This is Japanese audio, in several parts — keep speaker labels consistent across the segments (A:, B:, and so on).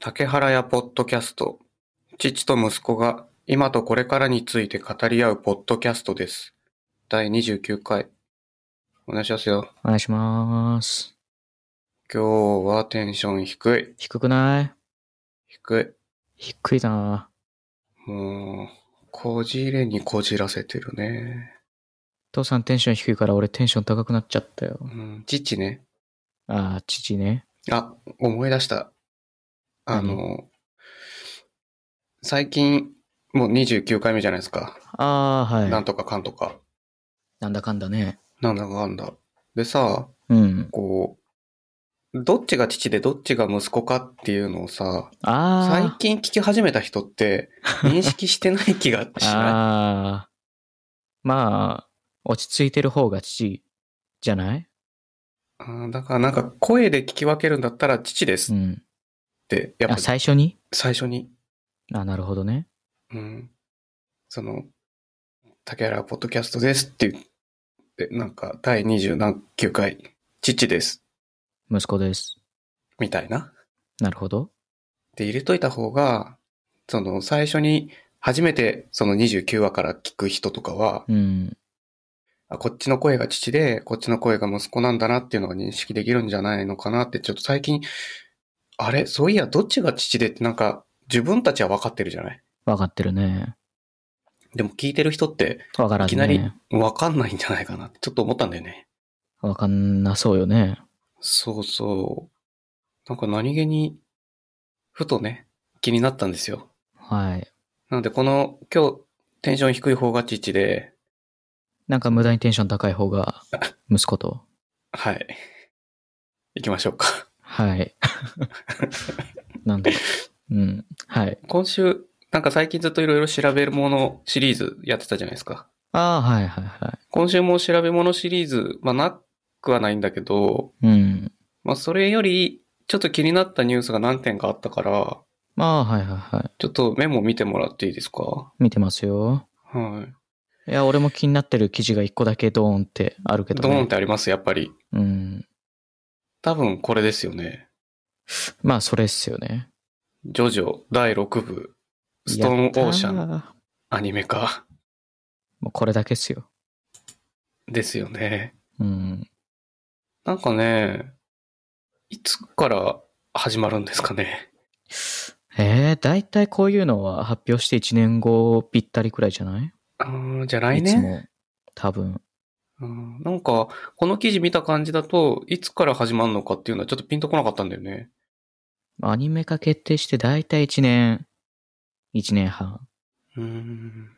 A: 竹原屋ポッドキャスト。父と息子が今とこれからについて語り合うポッドキャストです。第29回。お願いしますよ。
B: お願いします。
A: 今日はテンション低い。
B: 低くない
A: 低。
B: 低いない
A: もう、こじれにこじらせてるね。
B: 父さんテンション低いから俺テンション高くなっちゃったよ
A: う。ん、父ね。
B: ああ、父ね。
A: あ、思い出した。あの、最近、もう29回目じゃないですか。
B: ああ、はい。
A: なんとかかんとか。
B: なんだかんだね。
A: なんだかんだ。でさ、
B: うん。
A: こう、どっちが父でどっちが息子かっていうのをさ、最
B: あ
A: 近聞き始めた人 って認識してない気がし
B: あ。
A: な
B: ああ。まあ、落ち着いてる方が父じゃない
A: いうん。だからなんか声で聞き分けるんだったら父で
B: う
A: すっ
B: ん。
A: て、やっぱ
B: あ、最初に
A: 最初に、
B: あなるほどね。
A: うん、その、竹原ポッドキャストですって言って、なんか第20何9回、父です、
B: 息子です。
A: みたいな。
B: なるほど。
A: で入れといた方が、その最初に初めてその29話から聞く人とかは、
B: うん。
A: あこっちの声が父で、こっちの声が息子なんだなっていうのが認識できるんじゃないのかなって、ちょっと最近、あれそういや、どっちが父でってなんか、自分たちは分かってるじゃない
B: わかってるね。
A: でも聞いてる人って、
B: わから
A: い
B: ん
A: きなり
B: ね。
A: 分かんないんじゃないかなって、ちょっと思ったんだよね。
B: わかんなそうよね。
A: そうそう。なんか何気に、ふとね、気になったんですよ。
B: はい。
A: なので、この、今日、テンション低い方が父で、
B: なんか無駄にテンション高い方が息子と。
A: はい。行きましょうか。
B: はい。 なんだろう。うん。はい。
A: 今週、なんか最近ずっといろいろ調べるものシリーズやってたじゃないですか。
B: ああ、はいはいは
A: 今週も調べ物シリーズ、まあなくはないんだけど、
B: い。うん。
A: まあそれより、ちょっと気になったニュースが何点かあったから、
B: まあ、はいはいはい。
A: ちょっとメモ見てもらっていいですか
B: 見てますよ。
A: はい
B: や、俺も気になってる記事が一個だけドーンってあるけ
A: い。
B: ど
A: ド
B: ね。
A: ーンってあります、やっぱり。
B: うん。
A: 多分これですよね。
B: まあ、それっすよね。
A: ジョジョ第6部、ストーンオーシャ
B: やっ
A: ン
B: たー
A: アニメ化
B: もうこれだけっすよ。
A: ですよね。
B: うん。
A: なんかね、いつから始まるんですかね。
B: えー、だいたいこういうのは発表して1年後ぴったりくらいじゃない
A: あーじゃあ来
B: いつ
A: 年
B: も。多分。
A: うんなんか、この記事見た感じだと、いつから始まるのかっていうのはちょっとピンとこなかったんだよね。
B: アニメ化決定してだいたい1年、1年半。
A: うーん。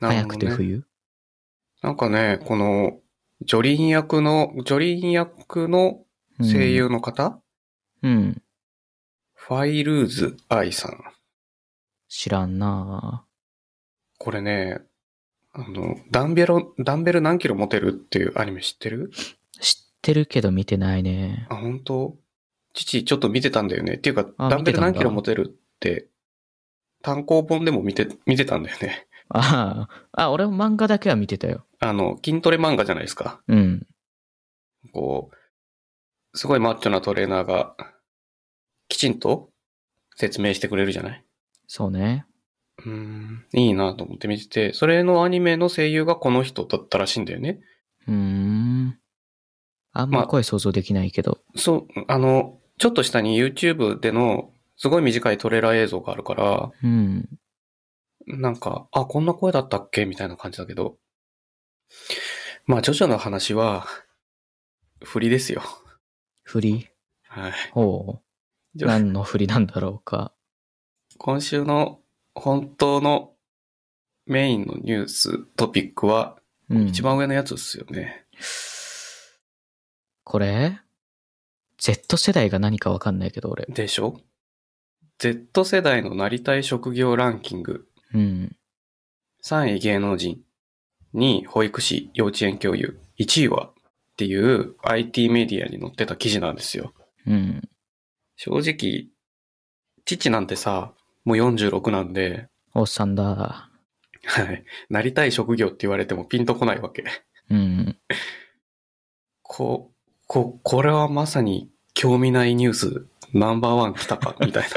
B: 早くて
A: なるほどね。
B: 冬。
A: なんかね、この、ジョリン役の、ジョリン役の
B: うん
A: 声優。の方、
B: うん。
A: ファイルーズ・アイさん。
B: 知らんな
A: これね、あの、ダンベロ、ダンベル何キロ持てるっていうアニメ知ってる
B: ぁ知ってるけど見てないね。
A: あ、本当父、ちょっと見てたんだよね。っていうか、
B: あ
A: ダンベル何
B: 見てたんだ
A: キロ持てるって、単行本でも見て、見てたんだよね。
B: ああ、あ、俺も漫画だけは見てたよ。
A: あの、筋トレ漫画じゃないですか。
B: うん。
A: こう、すごいマッチョなトレーナーが、きちんと説明してくれるじゃない
B: そうね。
A: うーん、いいなと思って見てて、それのアニメの声優がこの人だったらしいんだよね。
B: うーん。あん
A: ま
B: ま
A: あ
B: 声想像できないけど。
A: そう、あの、ちょっと下に YouTube での、すごい短いトレーラー映像があるから、
B: うん。
A: なんか、あ、こんな声だったっけみたいな感じだけど。まあ、ジョジョの話は、振りですよ。
B: 振り
A: はい。
B: ほう。
A: ジョ
B: 何の振りなんだろうか。
A: 今週の本当のメインのニューストピックは、
B: うん。
A: 一番上のやつですよね。
B: これ ?Z 世代が何かわかんないけど、俺。
A: でしょ ?Z 世代のなりたい職業ランキング。
B: うん。
A: 3位芸能人。2位保育士、幼稚園教諭。1位はっていう IT メディアに載ってた記事なんですよ。
B: うん。
A: 正直、父なんてさ、もう46なんで、
B: おっさんだ。
A: はい。なりたい職業って言われてもピンとこないわけ。
B: うん。
A: こ、こ、これはまさに興味ないニュースナンバーワン来た か、みたいな。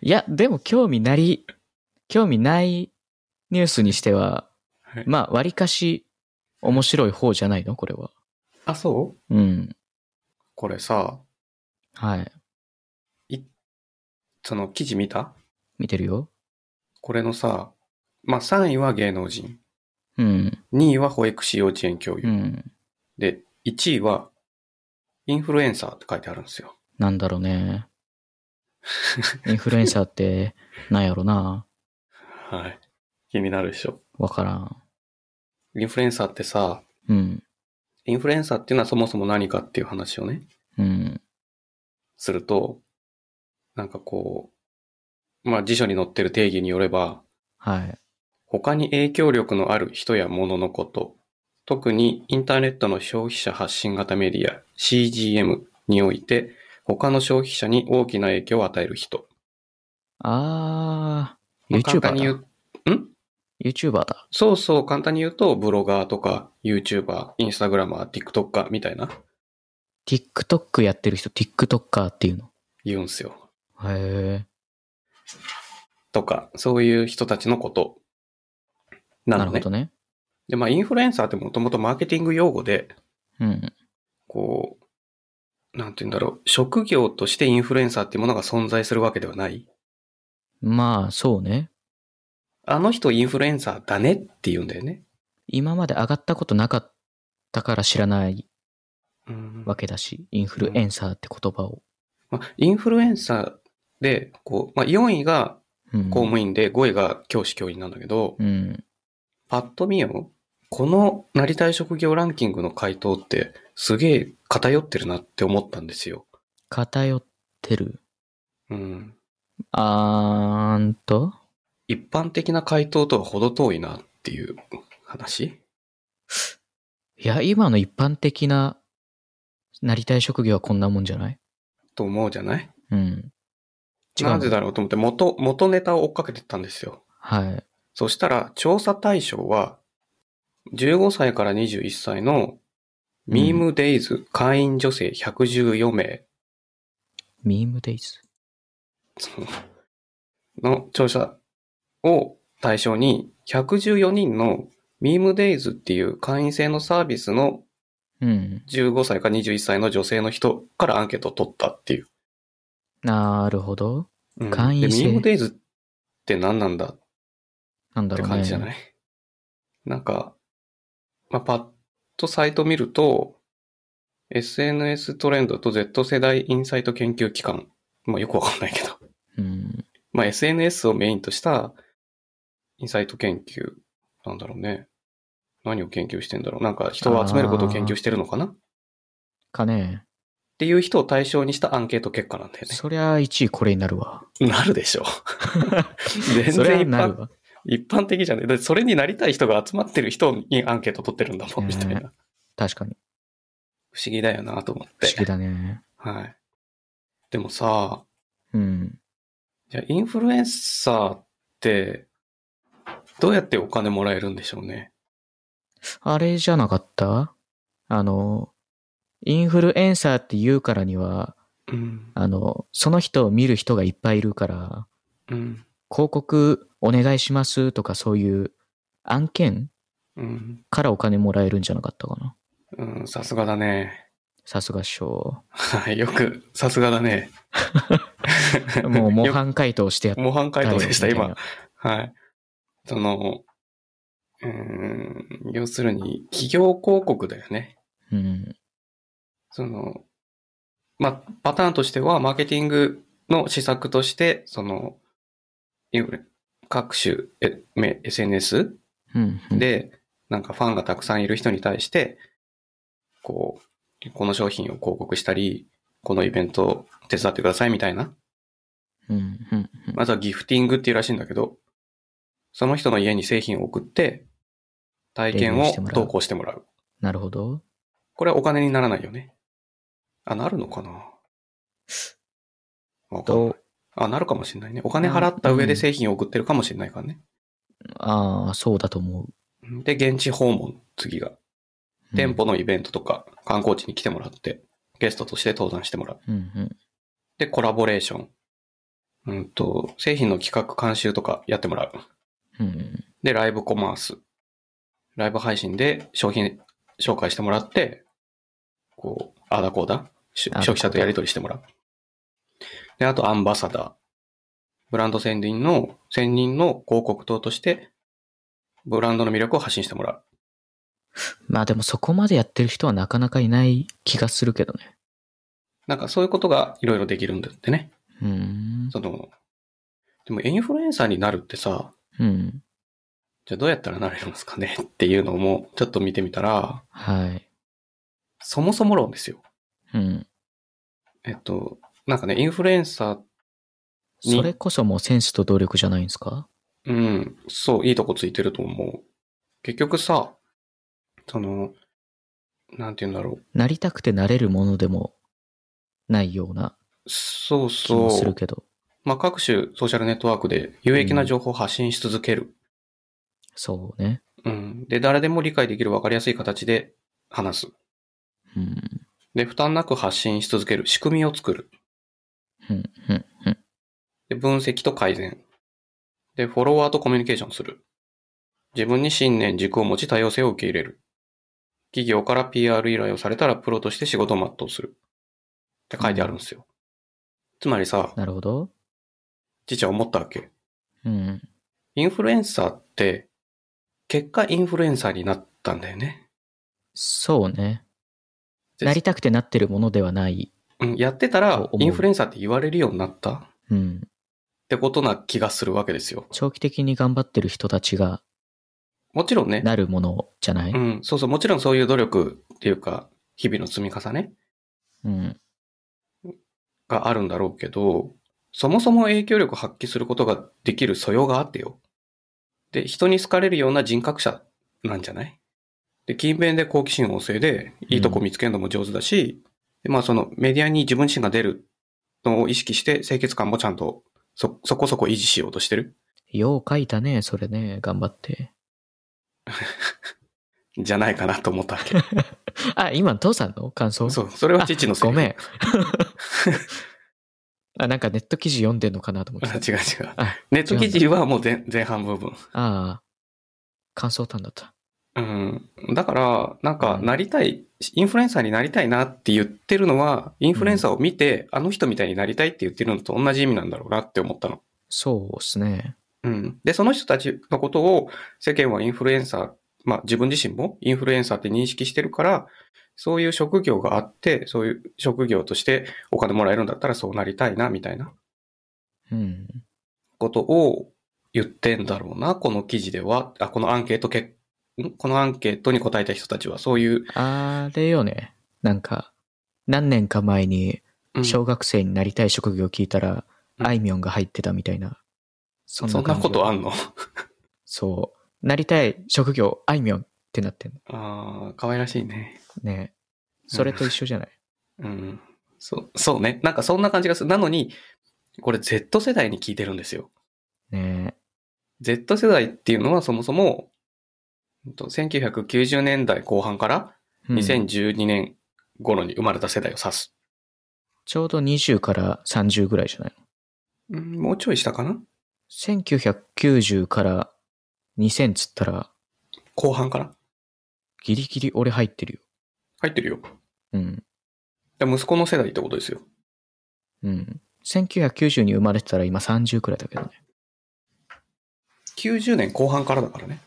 B: いや、でも興味なり、興味ないニュースにしては、
A: はい
B: まあ、割かし面白い方じゃないのこれは。
A: あ、そう
B: うん。
A: これさ、
B: はい。
A: その記事見た
B: 見てるよ。
A: これのさ、まあ3位は芸能人、
B: うん。
A: 2位は保育士幼稚園教諭、
B: うん。
A: で、1位はインフルエンサーって書いてあるんですよ。
B: なんだろうね。インフルエンサーって、なんやろな。
A: はい。気になるでしょ。
B: わからん。
A: インフルエンサーってさ、
B: うん。
A: インフルエンサーっていうのはそもそも何かっていう話をね、
B: うん。
A: すると、なんかこう、まあ辞書に載ってる定義によれば、
B: はい。
A: 他に影響力のある人や物のこと、特にインターネットの消費者発信型メディア CGM において、他の消費者に大きな影響を与える人。
B: あー、
A: まあ簡単に言
B: YouTuber だ。
A: う、ん
B: YouTuber だ。
A: そうそう、簡単に言うと、ブロガーとか、YouTuber、Instagramer、TikToker みたいな、
B: TikTok やってる人、TikToker っていうの。
A: 言うんすよ。
B: へえ。
A: とか、そういう人たちのこと。な
B: な
A: の
B: るほ
A: ね。
B: どね。
A: で、まあ、インフルエンサーってもともとマーケティング用語で、
B: うん。
A: こう、なんて言うんだろう、職業としてインフルエンサーっていうものが存在するわけではない。
B: まあ、そうね。
A: あの人インフルエンサーだねって言うんだよね。
B: 今まで上がったことなかったから知らない
A: うん
B: わけだし、インフルエンサーって言葉を。
A: まあ、インフルエンサーで、こう、まあ、4位が
B: うん
A: 公務員で5位が教師教員なんだけど、
B: うん。
A: パッと見よ、このなりたい職業ランキングの回答ってすげえ偏ってるなって思ったんですよ。
B: 偏ってる。
A: うん。
B: あーんと。
A: 一般的な回答とは程遠いなっていう話
B: いや、今の一般的な、なりたい職業はこんなもんじゃない
A: と思うじゃない
B: うん。違うの
A: なぜだろうと思って元、元ネタを追っかけてったんですよ。
B: はい。
A: そしたら、調査対象は、15歳から21歳の、ミームデイズ会員女性114名
B: ミームデイズ。
A: そのの調査を対象に、114人のミームデイズっていう会員制のサービスの
B: うん。
A: 15歳か21歳の女性の人からアンケートを取ったっていう。
B: なるほど。
A: うん
B: 会員制
A: でミームデイズって何なんだっ
B: なんだ
A: て
B: ろうね。
A: 感じじゃないなんか、まあ、パッとサイト見ると、SNS トレンドと Z 世代インサイト研究機関。まあ、よくわかんないけど。
B: うん。
A: まあ、SNS をメインとしたインサイト研究なんだろうね。何を研究してんだろう。なんか人を集めることを研究してるのかなっ
B: かね。
A: ていう人を対象にしたアンケート結果なんだよね。
B: そりゃ1位これになるわ。
A: なるで しょ。全
B: そりゃ
A: 然一
B: な
A: 般
B: るわ。
A: 一般的じゃねえ。だってそれになりたい人が集まってる人にアンケート取ってるんだもん、みたいな。
B: うん確かに。
A: 不思議だよなと思って。
B: 不思議だね。
A: はい。でもさ、
B: うん。
A: じゃあインフルエンサーって、どうやってお金もらえるんでしょうね。
B: あれじゃなかったあの、インフルエンサーって言うからには、
A: うん。
B: あの、その人を見る人がいっぱいいるから、
A: うん。
B: 広告お願いしますとかそういう案件
A: うん。
B: からお金もらえるんじゃなかったかな。
A: うん、さすがだね。
B: さすが師匠。
A: はい、よく、さすがだね。
B: もう 模
A: よく
B: 範解答してやったよ。
A: 模範解答でした、
B: みい
A: 今
B: な。。
A: はい。その、うーん、要するに、企業広告だよね。
B: うん。
A: その、まあ、パターンとしては、マーケティングの施策として、その、いわゆる各種えめ SNS
B: うん。うん、
A: で、なんかファンがたくさんいる人に対して、こう、この商品を広告したり、このイベントを手伝ってくださいみたいな。
B: うん。うん。うん
A: まずはギフティングっていうらしいんだけど、その人の家に製品を送って、体験
B: レビュー
A: を
B: してもらう
A: 投稿してもらう。
B: なるほど。
A: これはお金にならないよね。あ、なるのかなわかんない
B: と、
A: あ、なるかもしれないね。お金払った上
B: うん
A: で製品を送ってるかもしれないからね。
B: ああ、そうだと思う。
A: で、現地訪問、次が。
B: うん
A: 店。舗のイベントとか、観光地に来てもらって、ゲストとして登壇してもらう。
B: うん。うん。
A: で、コラボレーション。うんと、製品の企画監修とかやってもらう。
B: うん。
A: で、ライブコマース。ライブ配信で商品紹介してもらって、こう、あーだこうだ、し
B: あーだこうだ
A: 消費者とやり取りしてもらう。で、あとアンバサダー。ブランド宣伝の、専任の広告塔として、ブランドの魅力を発信してもらう。
B: まあでもそこまでやってる人はなかなかいない気がするけどね。
A: なんかそういうことがいろいろできるんだってね。
B: うん。
A: その、でもインフルエンサーになるってさ、
B: うん。
A: じゃあどうやったらなれるんですかね っていうのもちょっと見てみたら、
B: はい。
A: そもそも論ですよ。
B: うん。
A: えっと、なんかね、インフルエンサー、に
B: それこそもうセンスと努力じゃないんですか
A: うん、そう、いいとこついてると思う。結局さ、その、なんて言うんだろう。
B: なりたくてなれるものでもないような
A: そう
B: 気も
A: そ
B: する
A: う。
B: けど。
A: まあ、各種ソーシャルネットワークで有益な情報を発信し続ける。
B: そうね。
A: うん。で、誰でも理解できる分かりやすい形で話す。
B: うん。
A: で、負担なく発信し続ける仕組みを作る。
B: うん。うん。うん。
A: で、分析と改善。で、フォロワーとコミュニケーションする。自分に信念、軸を持ち多様性を受け入れる。企業から PR 依頼をされたらプロとして仕事を全うする。って書いてあるんですよ。つまりさ、
B: なるほど。
A: ちちゃん思ったわけ。
B: うん。
A: インフルエンサーって、結果インフルエンサーになったんだよね。
B: そうね。
A: で
B: なりたくてなってるものではない。
A: うん、やってた
B: そう
A: ら
B: 思う
A: インフルエンサーって言われるようになったっ
B: うん。
A: てことな気がするわけですよ。
B: 長期的に頑張ってる人たちが
A: もちろんね、
B: なるものじゃない、
A: うん、そうそう、もちろんそういう努力っていうか、日々の積み重ね
B: うん。
A: があるんだろうけど、そもそも影響力発揮することができる素養があってよ。で、人に好かれるような人格者なんじゃないで、勤勉で好奇心旺盛で、いいとこ見つけるのも上手だし、でまあそのメディアに自分自身が出るのを意識して、清潔感もちゃんとそ、そこそこ維持しようとしてる
B: よう書いたね、それね。頑張って。
A: んじゃないかなと思ったわ け。
B: あ、今、父さんの感想
A: そう、それは父のせい。
B: ごめん。 あ、なんかネット記事読んでんのかなと思っ
A: あ。
B: て た。
A: 違う違う
B: あ。
A: ネット記事はもう前前半部分。
B: ああ。感想単だった。
A: うん。だから、なんか
B: う、ん
A: なりたい、インフルエンサーになりたいなって言ってるのは、インフルエンサーを見て、あの人みたいになりたいって言ってるのと同じ意味なんだろうなって思ったの。
B: そうっすね。
A: うん。で、その人たちのことを、世間はインフルエンサー、まあ自分自身もインフルエンサーって認識してるから、そういう職業があって、そういう職業としてお金もらえるんだったらそうなりたいな、みたいな
B: うん。
A: ことを言ってんだろうな、この記事では。あ、このアンケート結んこのアンケートに答えた人たちは、そういう、
B: あれよね。なんか、何年か前に
A: うん
B: 小学生になりたい職業聞いたら、
A: うん
B: あいみょんが入ってたみたいな。そ
A: そんな
B: 感じ
A: ことあんの
B: そう。なりたい職業、あいみょんってなってんの
A: ああ、可愛らしいね。
B: ね。それと一緒じゃない
A: うん。そう、そうね。なんかそんな感じがする。なのに、これ Z 世代に聞いてるんですよ。
B: ね
A: Z 世代っていうのはそもそも、うんと1990年代後半から
B: え。うん
A: 2012年頃に生まれた世代を指す。
B: ちょうど20から30ぐらいじゃない
A: う
B: の
A: ん、もうちょい下かな
B: ?1990 から2000つったら、
A: 後半から
B: ギリギリ俺入ってるよ。
A: 入ってるよ。
B: うん。
A: で息子の世代ってことですよ。
B: うん。1990に生まれてたら今30くらいだけどね。
A: 90年後半からだからね。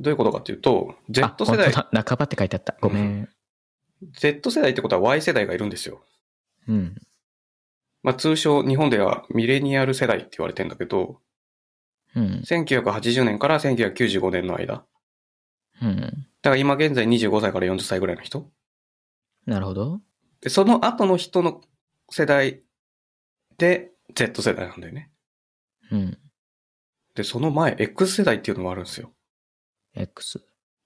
A: どういうことかっていうと、
B: あ
A: Z 世
B: 本当
A: 代、
B: だ。半ばって書いてあった。ごめん。
A: Z 世代ってことは Y 世代がいるんですよ。
B: うん。
A: まあ、通称日本ではミレニアル世代って言われてんだけど、
B: うん。
A: 1980年から1995年の間。
B: うん。
A: だから今現在25歳から40歳ぐらいの人。
B: なるほど。
A: で、その後の人の世代で Z 世代なんだよね。
B: うん。
A: で、その前 X 世代っていうのもあるんですよ。
B: X。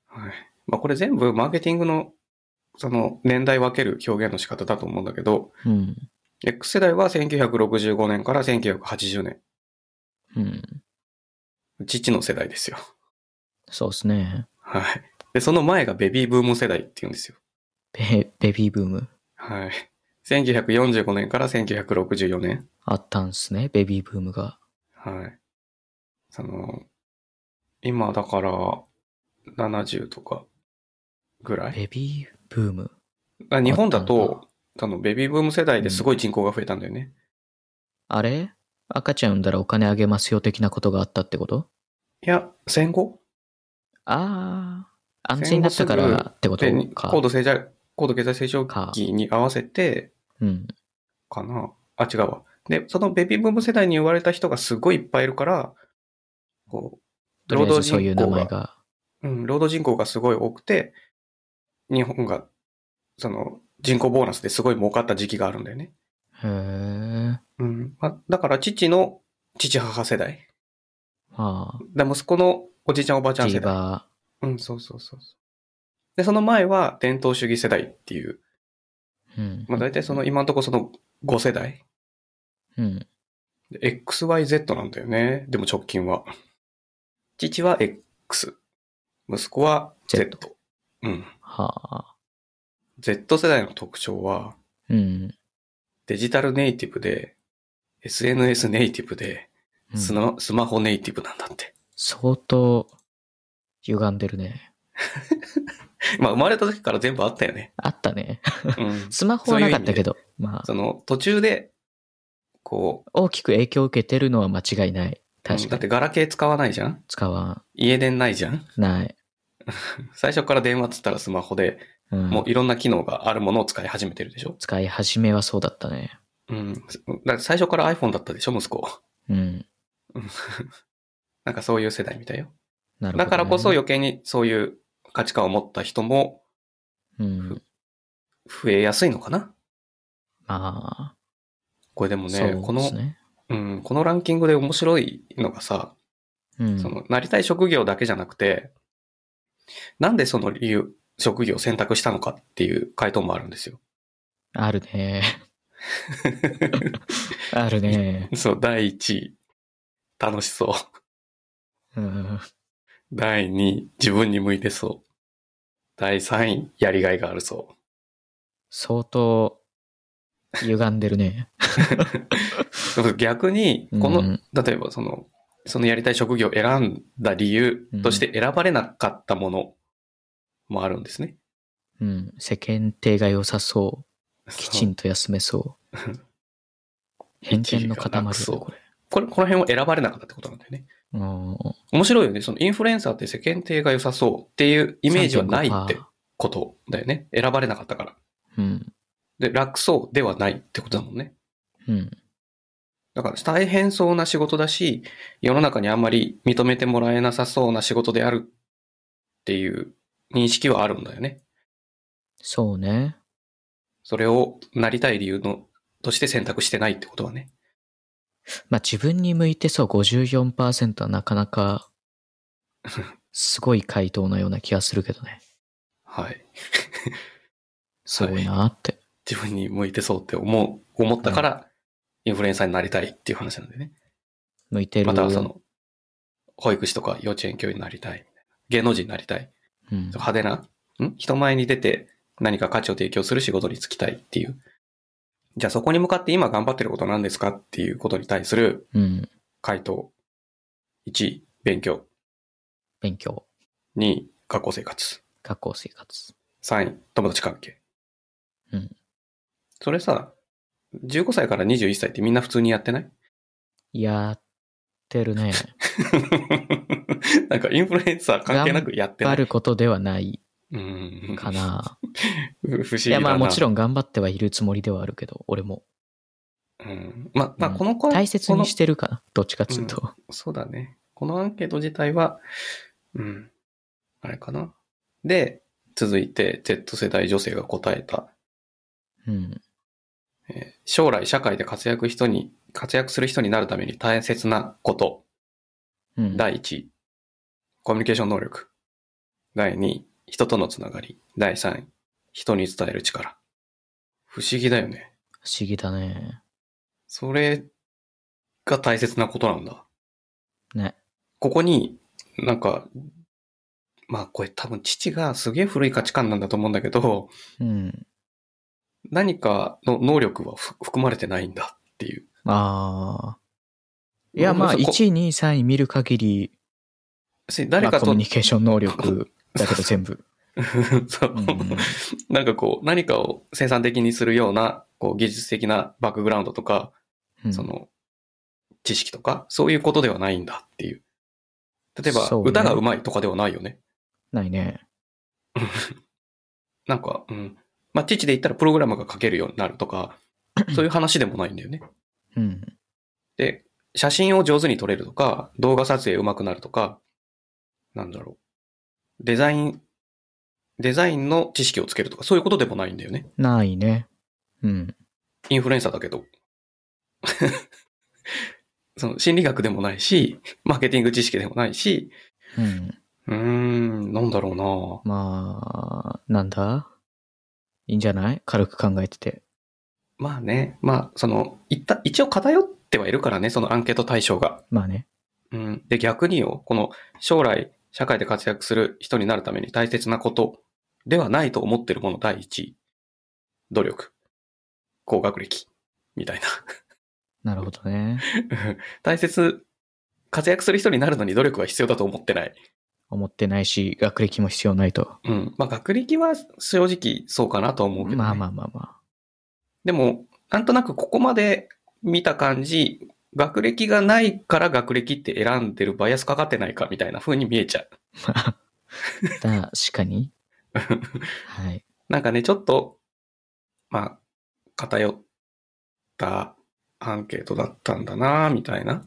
A: はい。まあ、これ全部マーケティングのその年代分ける表現の仕方だと思うんだけど、
B: うん。
A: X 世代は1965年から1980年。
B: うん。
A: 父の世代ですよ。
B: そうですね。
A: はい。で、その前がベビーブーム世代っていうんですよ。
B: ベ、ベビーブーム。
A: はい。 1945年から1964年。
B: あったんすね、ベビーブームが。
A: はい。その、今だから、70とかぐらい。
B: ベビーブーム。
A: あ日本だ
B: あったん
A: と、あの、ベビーブーム世代ですごい人口が増えたんだよね。
B: あれ赤ちゃん産んだらお金あげますよ的なことがあったってこと
A: いや、戦後
B: ああ、安全になったからってこと
A: で、に
B: か。
A: 高度成長、高度経済成長期に合わせて、
B: うん。
A: かな。あ、違うわ。で、そのベビーブーム世代に言われた人がすごいいっぱいいるから、こう、
B: とり
A: 労
B: あえ
A: 働
B: ず
A: 人
B: そういう名
A: 口
B: 前
A: が、
B: が。
A: うん、労働人口がすごい多くて、日本が、その、人口ボーナスですごい儲かった時期があるんだよね。
B: へえ。
A: うん。まあ、だから、父の、父母世代。
B: は
A: で、息子のおじいちゃんおばあち
B: あ、
A: ゃん
B: ジ
A: 世
B: ー
A: 代。
B: バ
A: うん、そうそうそうそう。で、その前は、伝統主義世代っていう、
B: ー。うん。
A: まあ、大体その、今のところその5世代。
B: うん。
A: で XYZ なんだよね。でも直近は。父は X。息子は Z。うん。
B: はあ。
A: Z 世代の特徴は、
B: うん。
A: デジタルネイティブで、SNS ネイティブで、
B: うん
A: スマスマホネイティブなんだって。
B: 相当、歪んでるね。
A: まあ、生まれた時から全部あったよ ね。
B: あったね。
A: うん。
B: スマホはなかったけど、まあ、
A: その、途中で、こ
B: 大きく影響を受けてるのは間違いない。
A: う、
B: 確
A: だ
B: か
A: って
B: に。
A: ガラケー使わないじゃん
B: 使わ
A: 家電ないじゃん
B: ない。
A: 最初から電話っつったらスマホで、
B: うん、
A: もういろんな機能があるものを使い始めてるでしょ
B: 使い始めはそうだったね。
A: うん。だから最初から iPhone だったでしょ、息子。
B: うん。
A: なんかそういう世代みたいよ。
B: なるほど、ね。
A: だからこそ余計にそういう価値観を持った人も
B: うん。
A: 増えやすいのかな
B: まあ、
A: これでもね、
B: そうですね。
A: この、うん、このランキングで面白いのがさ、
B: うん、
A: その、なりたい職業だけじゃなくて、なんでその理由、職業を選択したのかっていう回答もあるんですよ。
B: あ るね。あるね。
A: そう、第1位、楽しそう。
B: うん。
A: 第2位、自分に向いてそう。第3位、やりがいがあるそう。
B: 相当、歪んでるね。
A: そう逆に、この、
B: うん
A: 例えばその、そのやりたい職業を選んだ理由として選ばれなかったものもあるんですね。
B: うん。世間体が良さそう。きち
A: そうん
B: と休めそう。偏見の塊
A: 一位
B: だ
A: がな
B: ね
A: くそう
B: これ。
A: これ、この辺を選ばれなかったってことなんだよね。
B: うん。
A: 面白いよね。そのインフルエンサーって世間体が良さそうっていうイメージはないってことだよね。選ばれなかったから。
B: うん。
A: で、楽そうではないってことだもんね。
B: うん。
A: だから大変そうな仕事だし、世の中にあんまり認めてもらえなさそうな仕事であるっていう認識はあるんだよね。
B: そうね。
A: それをなりたい理由の、として選択してないってことはね。
B: まあ自分に向いてそう54%はなか なか、すごい回答のような気がするけどね。
A: はい。
B: すごいなーって。
A: 自分に向いてそうって思う、思ったから、インフルエンサーになりたいっていう話なんでね。
B: 向いてる。
A: またはその、保育士とか幼稚園教諭になりたい。芸能人になりたい。
B: うん、
A: 派手な、ん人前に出て何か価値を提供する仕事に就きたいっていう。じゃあそこに向かって今頑張ってることは何ですかっていうことに対する
B: うん。
A: 回答。1位、勉強。
B: 勉強、
A: 2位、学校生活。
B: 学校生活。
A: 3位、友達関係。
B: うん。
A: それさ、15歳から21歳ってみんな普通にやってない
B: やってるね。
A: なんかインフルエンサー関係なくやってな
B: あ
A: い。
B: ることではない
A: うん。
B: かな。
A: ふ不思
B: い
A: 議だな。
B: や、まあもちろ
A: ん。
B: ん頑張ってはいるつもりではあるけど、俺も。
A: うん、まあ、まあ、
B: うん
A: この子は、
B: 大切
A: この
B: にしてるかな。どっちかっつうと。
A: そうだね。このアンケート自体は、うん。あれかな。で、続いて Z 世代女性が答えた。
B: うん。
A: えー将来社会で活躍人に、活躍する人になるために大切なこと。
B: うん。
A: 第1位、コミュニケーション能力。第2位、人とのつながり。第3位、人に伝える力。不思議だよね。
B: 不思議だね。
A: それが大切なことなんだ。
B: ね。
A: ここに、なんか、まあこれ多分父がすげえ古い価値観なんだと思うんだけど、
B: うん。
A: 何かの能力はふ含まれてないんだっていう。
B: ああ。いや、まあ、
A: そこ
B: 1位、2位、3位見る限り、
A: し
B: ま
A: 誰
B: あ、
A: か
B: コミ
A: と
B: ュ、ニケーション能力だ けど全部。
A: そう
B: うんうん
A: なんかこう、何かを生産的にするような、こう、技術的なバックグラウンドとか、
B: う ん
A: その、知識とか、そういうことではないんだっていう。例えば、
B: そうね
A: 歌が上手いとかではないよね。
B: ないね。
A: なんか、うん。まあ、父で言ったらプログラムが書けるようになるとか、そういう話でもないんだよね。
B: うん。
A: で、写真を上手に撮れるとか、動画撮影上手くなるとか、なんだろう。デザイン、デザインの知識をつけるとか、そういうことでもないんだよね。
B: ないね。うん。
A: インフルエンサーだけど。 その心理学でもないし、マーケティング知識でもないし、
B: うん。
A: うーん、なんだろうな
B: まあ、なんだいいんじゃない軽く考えてて。
A: まあね、まあ、その、いった、一応偏ってはいるからね、そのアンケート対象が。
B: まあね。
A: うん。で、逆によ、この将来社会で活躍する人になるために大切なことではないと思ってるもの第一位。努力。高学歴。みたい
B: なるほどね。
A: な。 大切、活躍する人になるのに努力は必要だと思ってない。
B: 思ってないし、学歴も必要ないと。
A: うん。まあ学歴は正直そうかなとは思うけど、ね。
B: まあまあまあま
A: でも、なんとなくここまで見た感じ、学歴がないから学歴って選んでるバイアスかかってないかみたいな風に見えちゃう。
B: あ。確かに。 はい。
A: なんかね、ちょっと、まあ、偏ったアンケートだったんだなみたいな。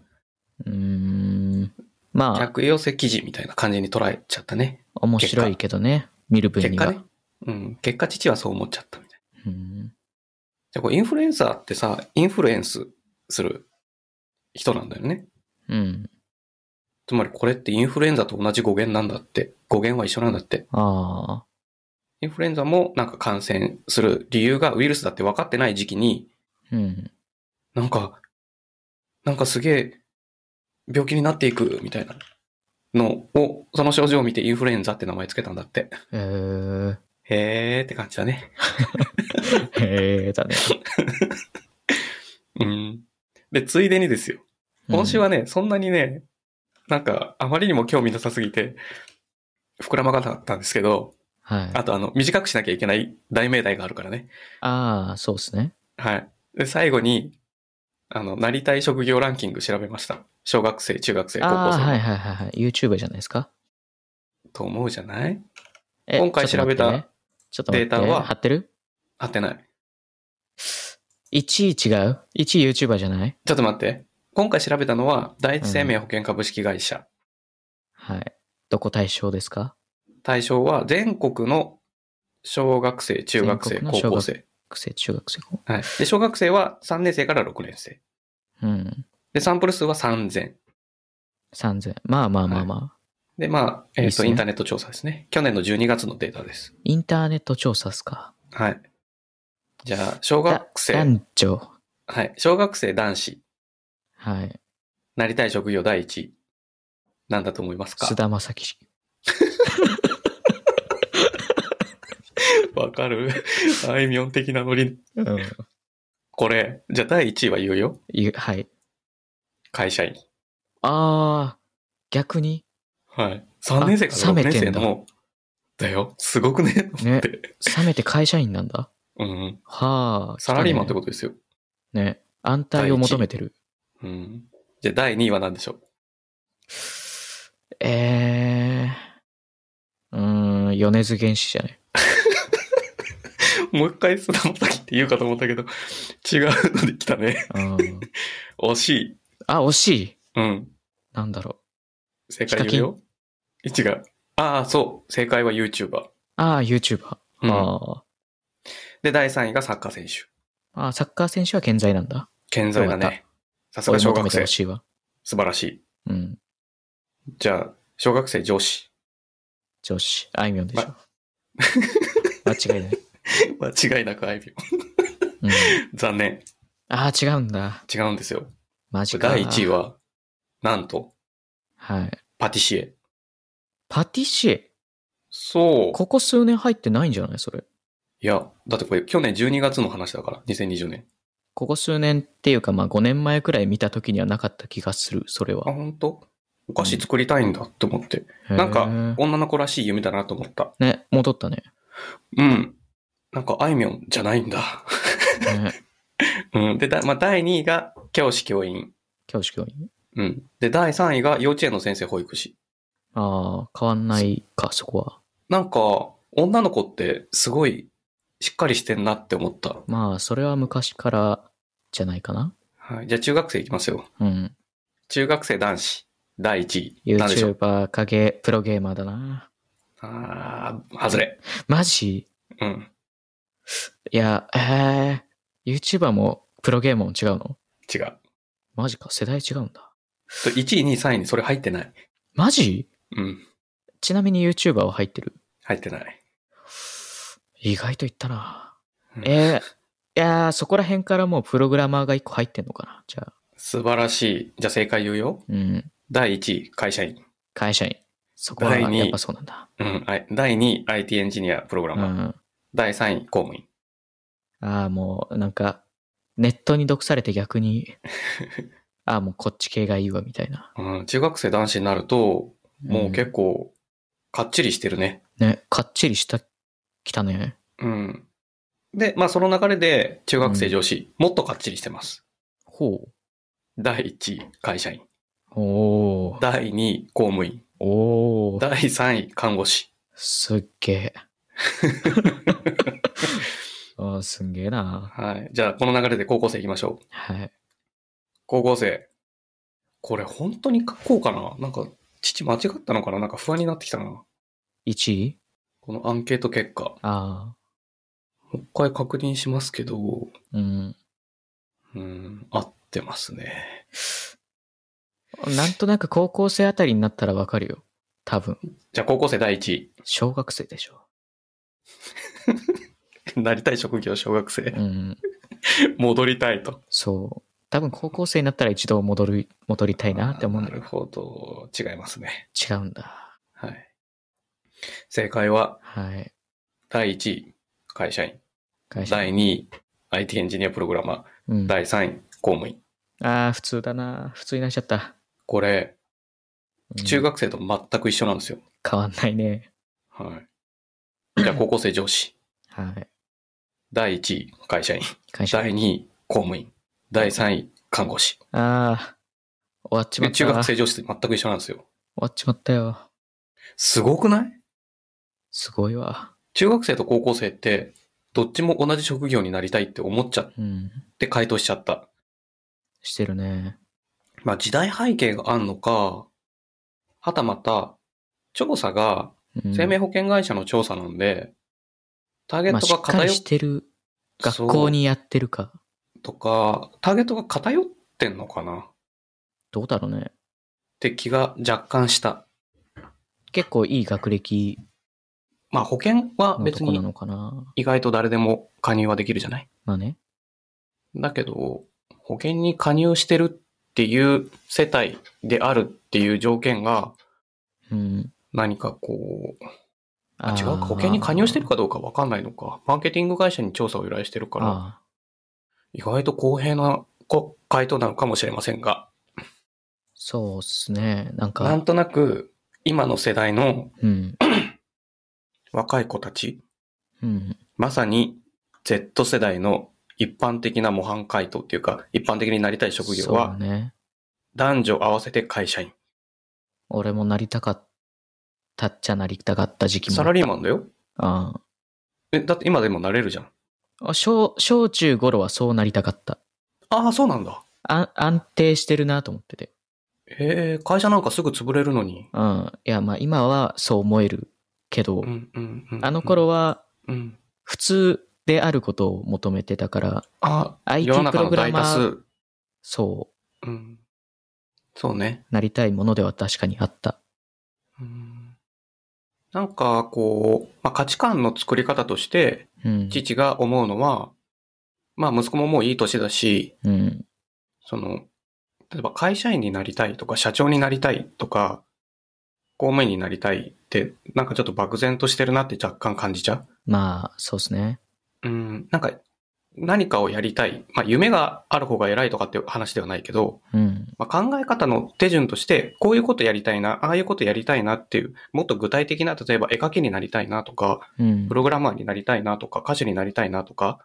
B: うーん。まあ、
A: 客寄せ記事みたいな感じに捉えちゃったね。
B: 面白いけどね。見る分
A: 結
B: に
A: 果
B: は。
A: ね。うん。結果、父はそう思っちゃったみたいな。
B: うん。
A: じゃあ、これインフルエンサーってさ、インフルエンスする人なんだよね。
B: うん。
A: つまり、これってインフルエンザと同じ語源なんだって。語源は一緒なんだって。
B: ああ。
A: インフルエンザもなんか感染する理由がウイルスだって分かってない時期に、
B: うん。
A: なんか、なんかすげえ病気になっていくみたいなのを、その症状を見てインフルエンザって名前つけたんだって。
B: えー、
A: へーって感じだね。
B: へえだね。
A: うん。で、ついでにですよ。今週はね、そんなにね、なんかあまりにも興味なさすぎて、膨らまなかったんですけど、
B: うん、はい。
A: あとあの、短くしなきゃいけない題名題があるからね。
B: ああ、そうですね。
A: はい。で、最後に、あの、なりたい職業ランキング調べました。小学生、中学生、高
B: あ
A: 校
B: あ、
A: 生。
B: はいはいはいはい。YouTuber じゃないですか。
A: と思うじゃない
B: え
A: 今回
B: ちょっと待ってね
A: 調べ
B: ちょっと待って
A: データは
B: 貼ってる
A: 合ってない。
B: ?1 位違う ?1 位 YouTuber じゃない
A: ちょっと待って。今回調べたのは、第一生命保険株式会社。
B: はい。どこ対象ですか
A: 対象は全国の小学生、中学生、
B: 全
A: 高
B: 国の小学
A: 校生。
B: 学生、中学生。
A: はい。で、小学生は3年生から6年生。
B: うん。
A: で、サンプル数は3000。
B: 3000。まあまあまあまあ。
A: で、まあ、えっ、
B: いいっ
A: と、
B: すね
A: インターネット調査ですね。去年の12月のデータです。
B: インターネット調査っすか。
A: はい。じゃあ、小
B: だ
A: 学生、
B: 男女。
A: はい。小学生男子、
B: はい。
A: なりたい職業第一位。なんだと思いますか
B: 菅田正樹。
A: わかるあいみょん的なノリ。
B: うん。
A: これ、じゃあ第1位は言うよ。
B: ゆはい。
A: 会社員。
B: ああ、逆に
A: はい。3年生から
B: あ
A: 6年
B: 冷めて
A: 生
B: んだ
A: の、だよ。すごくね。と思って。
B: 冷めて会社員なんだ。
A: うん。
B: はあ。
A: サラリーマンって
B: こ
A: ことですよ。
B: とね。安泰を求めてる。
A: うん。じゃあ第2位は何でしょう
B: えー。うーん、米津玄師じゃない。
A: もう一回菅田将暉って言うかと思ったけど、違うので来たね。
B: うん。
A: 惜しい。
B: あ、惜しい。
A: うん。
B: なんだろう。
A: 正解言うよ。違う。ああ、そう。正解は YouTuber。
B: ああ、YouTuber。
A: うん
B: あ
A: で、第3位がサッカー選手。
B: ああ、サッカー選手は健在なんだ。
A: 健在だ
B: よかっ
A: ね。さすが小
B: 追い求
A: 学
B: めて
A: 生
B: ほ。しいわ。
A: 素晴らしい。
B: うん。
A: じゃあ、小学生女子。
B: 女子。あいみょんでしょ。間違いない。
A: 間違いなくあいみょん。
B: うん、
A: 残念。
B: ああ、違うんだ。
A: 違うんですよ。
B: マジか。
A: 第1位。は、なんと、
B: はい。
A: パティシエ。
B: パティシエ。
A: そう。
B: ここ数年入ってないんじゃないそれ。
A: えいや、だってこれ去年12月の話だから、2020年。
B: ここ数年っていうか、まあ5年前くらい見た時にはなかった気がする、それ
A: あ、
B: は。
A: ほんとお菓子作りたいんだって思って。なん
B: へ
A: か
B: ー、
A: 女の子らしい夢だなと思った。
B: ね、戻ったね。
A: うん。なんか、あいみょんじゃないんだ。
B: ね
A: うん。で、だまあ、第2位が教師教員。
B: 教師教員。
A: うん。で、第3位が幼稚園の先生保育士。
B: ああ、変わんないか、そこは。
A: なんか、女の子ってすごいしっかりしてんなって思った。
B: まあ、それは昔からじゃないかな。
A: はい。じゃあ中学生いきますよ。
B: うん。
A: 中学生男子、第1位。何でしょう
B: YouTuber かげプロゲーマーだな。
A: あー、外れ。
B: マジ
A: うん。
B: いや、えー、YouTuber もプロゲーマーも違うの
A: 違う。
B: マジか、世代違うんだ。
A: 1位、2位、3位にそれ入ってない。
B: マジ
A: うん。
B: ちなみに YouTuber は入ってる。
A: 入ってない。
B: 意外と言ったな
A: うん。
B: えー、いやー、そこら辺からもうプログラマーが一個入ってんのかな。じゃあ、
A: 素晴らしい。じゃあ正解言うよ。
B: うん。
A: 第1位、会社員。
B: 会社員。そこは
A: 第二位
B: やっぱそうなんだ。
A: うん。あい第2位、IT エンジニア、プログラ
B: う
A: マー。
B: ん。
A: 第3位、公務員。
B: ああ、もうなんか、ネットに毒されて 逆に、ああ、もうこっち系がいいわ、みたいな。
A: うん。中学生男子になると、もう
B: 構、
A: 結構、かっちりしてるね。
B: ね、かっちりした、きたね。
A: うん。で、まあその流れで、中学生女子、もっとかっちりしてます。
B: ほ
A: 第1位、会社員。
B: う。おー。
A: 第2位、公務員。
B: おー。
A: 第3位、看護師。
B: すっげ え。あーすんげえな。
A: はい。じゃあ、この流れで高校生行きましょう。
B: はい。
A: 高校生。これ本当に書こうかななんか、父間違ったのかななんか不安になってきたな。
B: 1位
A: このアンケート結果。も
B: あ
A: う一回確認しますけど、
B: あ、うん。
A: うん、合ってますね。
B: なんとなく高校生あたりになったらわかるよ。多分。
A: じゃあ、高校生第1位。
B: 小学生でしょ。
A: なりたい職業、小学
B: う
A: 生。
B: ん。
A: 戻りたいと。
B: そう。多分高校生になったら一度戻る、戻りたいなって思うんだ
A: な
B: け
A: る
B: ど、
A: ほど。違いますね。
B: 違うんだ。
A: はい。正解は、
B: はい。
A: 第1位、会社員。
B: 会社。
A: 第2位、IT エンジニアプログラマー。
B: うん、あ
A: 第3位、公務員。
B: あー、普通だな。普通になっちゃった。
A: これ、
B: うん
A: 中学生と全く一緒なんですよ。
B: 変わんないね。
A: はい。じゃあ、高校生上司。
B: はい。
A: 第1位、会社員。
B: 会社。
A: 第2位、公務員。第3位、看護師。
B: ああ、終わっちまった。
A: 中学生上司と全く一緒なんですよ。
B: 終わっちまったよ。
A: すごくない
B: すごいわ。
A: 中学生と高校生って、どっちも同じ職業になりたいって思っちゃっ
B: うん。
A: て回答しちゃった。
B: してるね。
A: まあ時代背景があんのか、はたまた、調査が
B: うん
A: 生命保険会社の調査なんで、ターゲ
B: ま
A: ッ
B: あ、
A: ト
B: し
A: が
B: っか
A: 偏
B: り
A: っ
B: してる。学校にやってるか。
A: そうとか、ターゲットが偏ってんのかなっ
B: どうだろうね。
A: て気が若干した。
B: 結構いい学歴
A: まあ保険は
B: のと
A: 別
B: こな
A: に
B: のかな。
A: 意外と誰でも加入はできるじゃない
B: まあね。
A: だけど、保険に加入してるっていう世帯であるっていう条件が、
B: うん。
A: 何かこう、あ
B: あー
A: 違うか、保険に加入してるかどうかわかんないのか。マーケティング会社に調査を依頼してるから、
B: あー
A: 意外と公平なこ回答なのかもしれませんが、
B: そうっすね。なんか、
A: なんとなく、今の世代の
B: うん。
A: 若い子たち、
B: うん。
A: まさに Z 世代の一般的な模範回答っていうか、一般的になりたい職業
B: そうだ
A: は、
B: ね。
A: 男女合わせて会社員。
B: 俺もなりたかったっちゃなりたかった時期も。
A: サラリーマンだよ。
B: あ
A: え、
B: ー
A: だって今でもなれるじゃん。
B: あ小、小中頃はそうなりたかった。
A: ああ、そうなんだ。
B: あ安定してるなと思ってて。
A: へえ、会社なんかすぐ潰れるのに。
B: うん。いや、まあ今はそう思えるけど、
A: うんうんうん、
B: あの頃
A: は、
B: は
A: うん、
B: 普通であることを求めてたから、
A: あ、
B: IT
A: 世の中
B: プロ
A: の
B: グラ
A: 大
B: マ
A: 多
B: ー、
A: 数。
B: そ
A: うん。そうね。
B: う、なりたいものでは確かにあった。
A: うんなんか、こう、まあ、価値観の作り方として、
B: うん。
A: 父が思うのは、まあ、息子ももういい年だし、
B: うん。
A: その、例えば会社員になりたいとか、社長になりたいとか、公務員になりたいって、なんかちょっと漠然としてるなって若干感じちゃ
B: まあ、そうですね。
A: うん、なんか、何かをやりたい。まあ、夢がある方が偉いとかっていう話ではないけど、
B: うん。
A: まあ、考え方の手順として、こういうことやりたいな、ああいうことやりたいなっていう、もっと具体的な、例えば絵描きになりたいなとか、
B: うん
A: プ。ログラマーになりたいなとか、歌手になりたいなとか。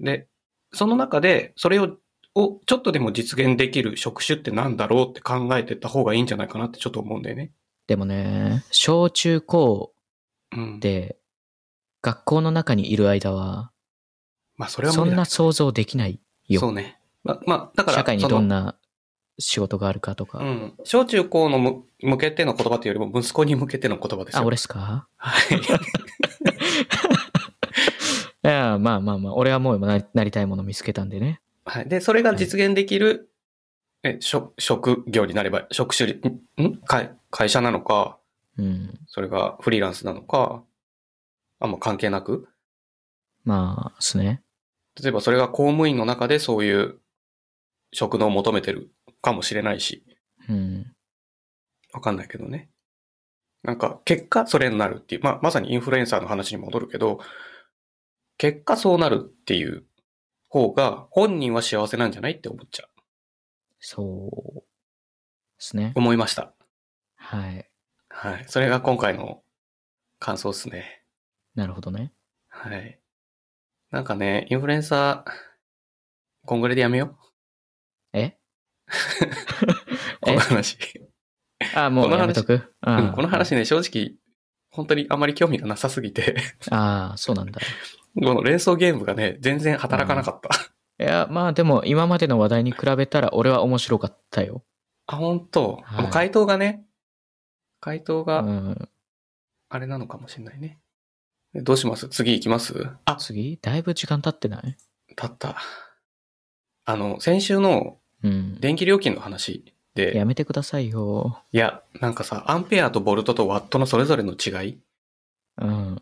A: で、その中で、それを、をちょっとでも実現できる職種ってなんだろうって考えてった方がいいんじゃないかなってちょっと思うんだよね。
B: でもね、小中高
A: うん。
B: で、学校の中にいる間は、
A: まあ、それは
B: そ
A: 無理
B: ん
A: だ
B: な想像できないよ。
A: そうね。まあ、まあ、だから、
B: 社会にどん
A: な。
B: な仕事があるかとか。
A: うん。小中高のむ向けての言葉というよりも、息子に向けての言葉ですよ。
B: あ、俺っすか
A: はい。
B: いや、まあまあまあ、俺はもうななりたいもの見つけたんでね。
A: はい。で、それが実現できる、え、職、職業になれば、職種に、んん会会社なのか、
B: うん。
A: それがフリーランスなのか、あんま関係なく、
B: まあ、っすね。
A: 例えばそれが公務員の中でそういう職能を求めてるかもしれないし、
B: うん。
A: わかんないけどね。なんか、結果それになるっていう、まあ、まさにインフルエンサーの話に戻るけど、結果そうなるっていう方が本人は幸せなんじゃないって思っちゃう。
B: そう。ですね。
A: 思いました。
B: はい。
A: はい。それが今回の感想ですね。
B: なるほどね。
A: はい。なんかね、インフルエンサー、こんぐらいでやめよ
B: え
A: う。この話。
B: あ、もう
A: この話
B: やめとく。あ
A: うんこの話ね、正直、本当にあまり興味がなさすぎて、
B: ああ、そうなんだ。
A: この連想ゲームがね、全然働かなかった。
B: いや、まあでも今までの話題に比べたら俺は面白かったよ。
A: あ、本当、
B: はい
A: もう回答がね、回答
B: う
A: が
B: ん。
A: あれなのかもしれないね。でどうします次行きますあ、
B: 次だいぶ時間経ってない
A: たった。あの、先週の
B: うん。
A: 電気料金の話で、
B: やめてくださいよ。
A: いや、なんかさ、アンペアとボルトとワットのそれぞれの違い
B: うん。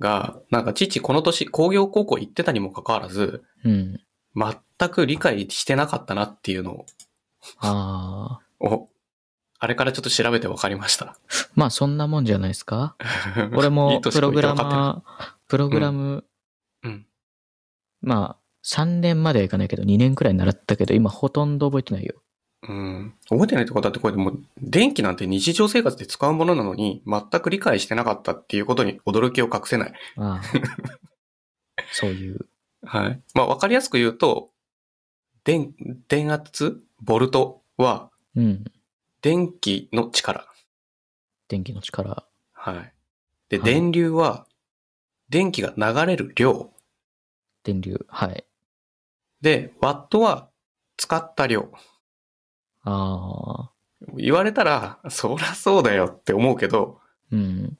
A: が、なんか父この年工業高校行ってたにもかかわらず、
B: うん。
A: 全く理解してなかったなっていうの
B: あ
A: を、あれからちょっと調べて分かりました。
B: あ。まあそんなもんじゃないですか。 俺もプログラマー、プログラム、
A: うんうん
B: まあ3年まではいかないけど2年くらい習ったけど今ほとんど覚えてないよ。
A: ー。うん。覚えてないってことだってこれでもう電気なんて日常生活で使うものなのに、全く理解してなかったっていうことに驚きを隠せない。
B: ああ。 そういう。
A: はい。まあ分かりやすく言うと、電、電圧、ボルトは
B: うん。
A: 電気の力。
B: 電気の力。
A: はい。で、
B: はい
A: 電流は電気が流れる量。
B: 電流。はい。
A: で、ワットは使った量。
B: ああ。
A: 言われたら、そらそうだよって思うけど、
B: うん。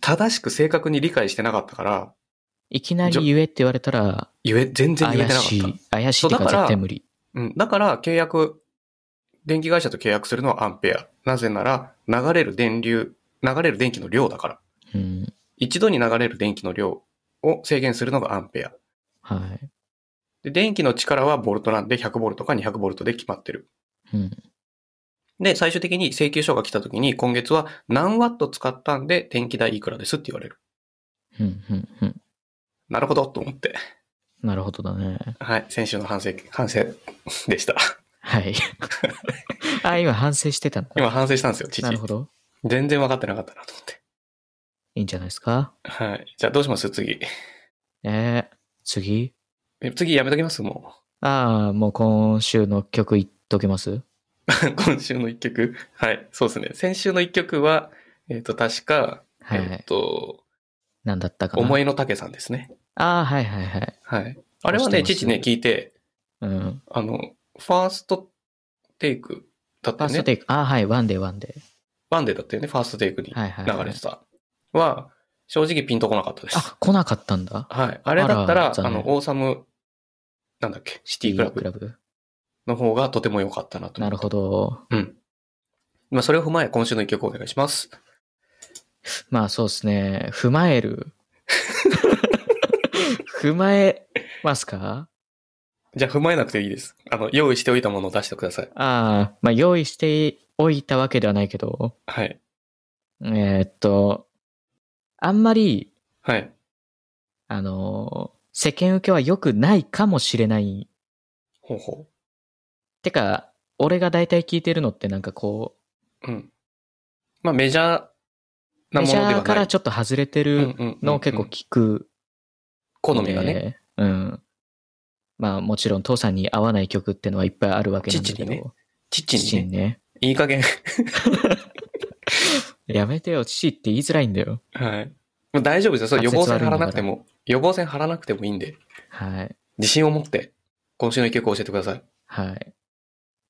A: 正しく正確に理解してなかったから、
B: いきなり言えって言われたら、
A: 言え、全然言え
B: 怪
A: てなか
B: し
A: った
B: い。。怪しいって
A: そ
B: か
A: うだから
B: 絶対無理。
A: うん。だから、契約、電気会社と契約するのはアンペア。なぜなら、流れる電流、流れる電気の量だから。
B: うん。
A: 一度に流れる電気の量を制限するのがアンペア。
B: はい。
A: で、電気の力はボルトなんで100ボルトか200ボルトで決まってる。
B: うん。
A: で、最終的に請求書が来た時に、今月は何ワット使ったんで、電気代いくらですって言われる。
B: うん、うん、うん。
A: なるほどと思って。
B: なるほどだね。
A: はい。先週の反省、反省で した。
B: はい。あ、今反省してたんだ。
A: 今反省したんですよ、父
B: な。るほど。
A: 全然分かってなかったなと思って。
B: いいんじゃないですか。
A: はい。じゃあどうします次。
B: えー、次
A: え次やめときますも
B: ああ、もう今週の曲いっときます
A: う。 今週の一曲。はい。そうですね。先週の一曲は、えっ、と、確か、
B: はい
A: えっ、と、
B: 何だったかな。
A: 思いの丈さんですね。
B: ああ、はいはいはい。
A: はい。あれはね、
B: 知ってます
A: 父ね、聞いて、
B: うん。
A: あの、ファーストテイクだっ
B: フ
A: たよ
B: ァースト
A: ね
B: テ。イク。ああ、はい。ワンデーワンデ
A: ワンデーだったよね、ファーストテイクに
B: ー。はいはい、は
A: 流
B: い。
A: れてた。は、正直ピンとこなかったです。
B: あ、来なかったんだ。
A: はい。あれだったら、
B: あら
A: あ
B: 残念
A: の、オーサム、なんだっけ、シティクラブ
B: ブ。
A: の方がとても良かったなと。
B: なるほど。
A: まあ、それを踏まえ、今週の一曲お願いします。
B: まあそうですね。踏まえる。 踏まえますか
A: じゃあ、踏まえなくていいです。あの、用意しておいたものを出してください。
B: ああ、まあ用意しておいたわけではないけど、
A: はい。
B: えーっと、あんまり、
A: はい。
B: あの、世間受けは良くないかもしれない。
A: ほうほ
B: てか、俺が大体聞いてるのってなんかこ
A: う。うん。まあ、メジャー
B: う、
A: なもの
B: メジ
A: ではない。
B: ャーからちょっと外れてる
A: うんうん
B: のを結構
A: うん
B: 聞く。
A: 好みがね。
B: ね。うん。まあもちろん父さんに合わない曲ってのはいっぱいあるわけなんだけ
A: 父にね
B: ど。
A: 父
B: 父
A: に
B: に
A: ね。
B: ね。
A: いい加減。
B: やめてよ、父って言いづらいんだよ。
A: はい。もう大丈夫ですよ。それ予
B: 滑舌
A: 防線
B: 悪
A: 張
B: い
A: ら
B: のかな
A: なくても、予防線張らなくてもいいんで、
B: はい。
A: 自信を持って、今週の一曲を教えてください。
B: はい。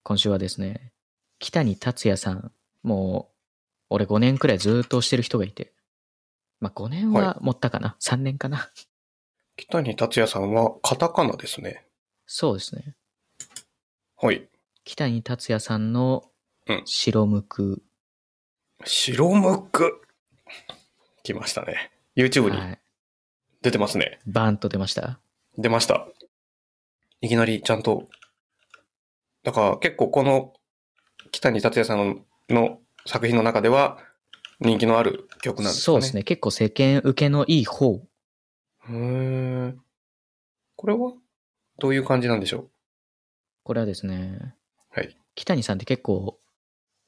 B: 今週はですね、北に達也さん、もう、俺5年くらいずーっと推してる人がいて、まあ5年は持ったかな、?3 年かな
A: 北に達也さんはカタカナですね。
B: そうですね。
A: はい。
B: 北に達也さんの
A: うん
B: 白むく、
A: 白ムク。来ましたね。YouTube に
B: はい、
A: 出てますね。
B: バーンと出ました。
A: 出ました。いきなりちゃんと。だから結構この北に達也さんの作品の中では人気のある曲なんですか
B: そう
A: ね。
B: ですね。結構世間受けのいい方。
A: うーん。これはどういう感じなんでしょ
B: これはですね、
A: はい
B: 北にさんって結構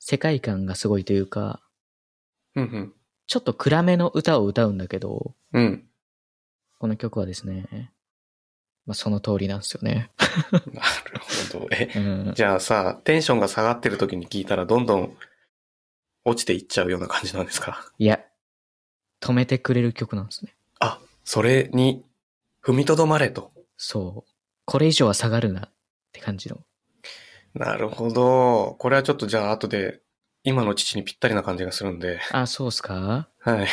B: 世界観がすごいというか、
A: ううん
B: ちょっと暗めの歌を歌うんだけど、
A: うん。うん。
B: この曲はですね、まあ、その通りなんですよね。
A: なるほど。え、
B: うん、
A: じゃあさ、テンションが下がってる時に聞いたらどんどん落ちていっちゃうような感じなんですか
B: いや、止めてくれる曲なんですね。
A: あ、それに踏みとどまれと。
B: そう。これ以上は下がるなって感じの。
A: なるほど。これはちょっとじゃあ後で今の父にぴったりな感じがするんで。
B: あ、そうっすか
A: はい。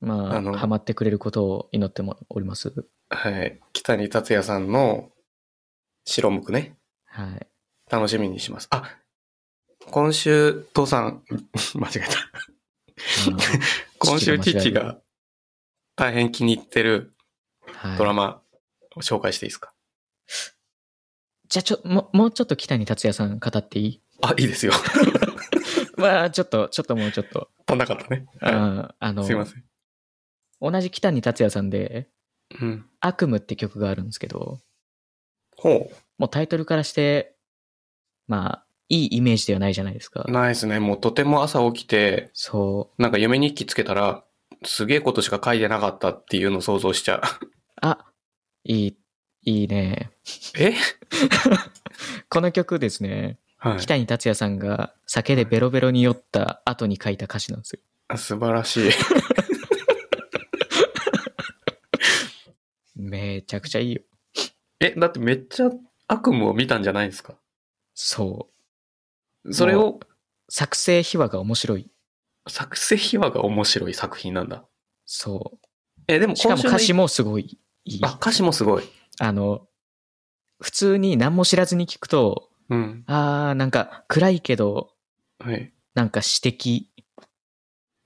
B: ま
A: あの
B: あ、ハマってくれることを祈ってもおります。
A: はい。北に達也さんの白むくね。
B: はい。
A: 楽しみにします。あ、今週、父さん、 間違えた。
B: ま
A: 今週
B: 父が間違える
A: 父が大変気に入ってる
B: あはい
A: ドラマを紹介していいですか、
B: じゃあちょ、ももうちょっと北に達也さん語っていい
A: あ、いいですよ。
B: まあ、ちょっと、ちょっともうちょっと。
A: 飛んなかったね。
B: う
A: は
B: んあ
A: い、
B: の
A: すい、ません。
B: 同じ北に達也さんで、
A: うん。
B: 悪夢って曲があるんですけど、
A: ほ
B: もうタイトルからして、まあ、いいイメージではないじゃないですか
A: う。。ないですね。もうとても朝起きて、
B: そう。
A: なんか夢日記つけたら、すげえことしか書いてなかったっていうのを想像しちゃう。
B: あ、いい、いいね。
A: え
B: この曲ですね、
A: はい。
B: 北に達也さんが酒でベロベロに酔った後に書いた歌詞なんですよ。
A: 素晴らしい。
B: めちゃくちゃいいよ。
A: え、だってめっちゃ悪夢を見たんじゃないですか
B: そ
A: それを
B: う。作成秘話が面白い。
A: 作成秘話が面白い作品なんだ。
B: そ
A: え、でも
B: う。しか
A: 今
B: も
A: 週の
B: 歌詞もすごいいい。
A: あ、歌詞もすごい。
B: あの、普通に何も知らずに聞くと、
A: うん。
B: あー、なんか暗いけど、
A: はい。
B: なんか詩的、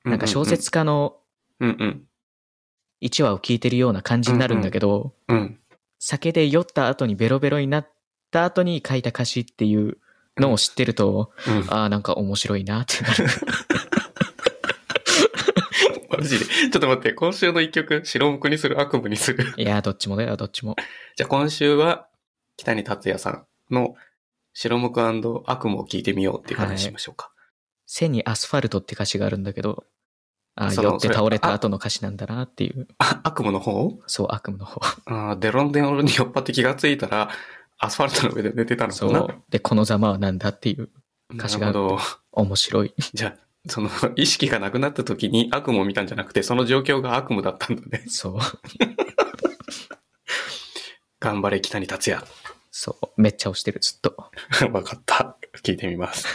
B: なんか小説家の
A: うんうん。
B: 1話を聞いてるような感じになるんだけど、
A: うんうん。
B: 酒で酔った後にベロベロになった後に書いた歌詞っていうのを知ってると、
A: うん。
B: ああ、なんか面白いなって なる。
A: マジで。 ちょっと待って、今週の一曲、白無垢にする悪夢にする。
B: いやー、どっちもだよ、どっちも。
A: じゃあ今週は、北に達也さんの白無垢悪夢を聞いてみようっていう感じにしましょうか。
B: 背にアスファルトって歌詞があるんだけど、あ
A: そ
B: ー
A: の
B: 酔って倒れた後の歌詞なんだなっていう、
A: あ悪夢の方
B: そう、悪夢の方。
A: あーデロンデロンに酔っ張って気がついたら、アスファルトの上で寝てたのか
B: そ
A: な
B: う。で、このざまはなんだっていう、歌詞が
A: なるほど。
B: 面白い。
A: じゃあ、その、意識がなくなった時に悪夢を見たんじゃなくて、その状況が悪夢だったんだね。
B: そう、
A: 頑張れ、北に達也。
B: そう、めっちゃ押してる、ずっと。
A: わかった。聞いてみ ます。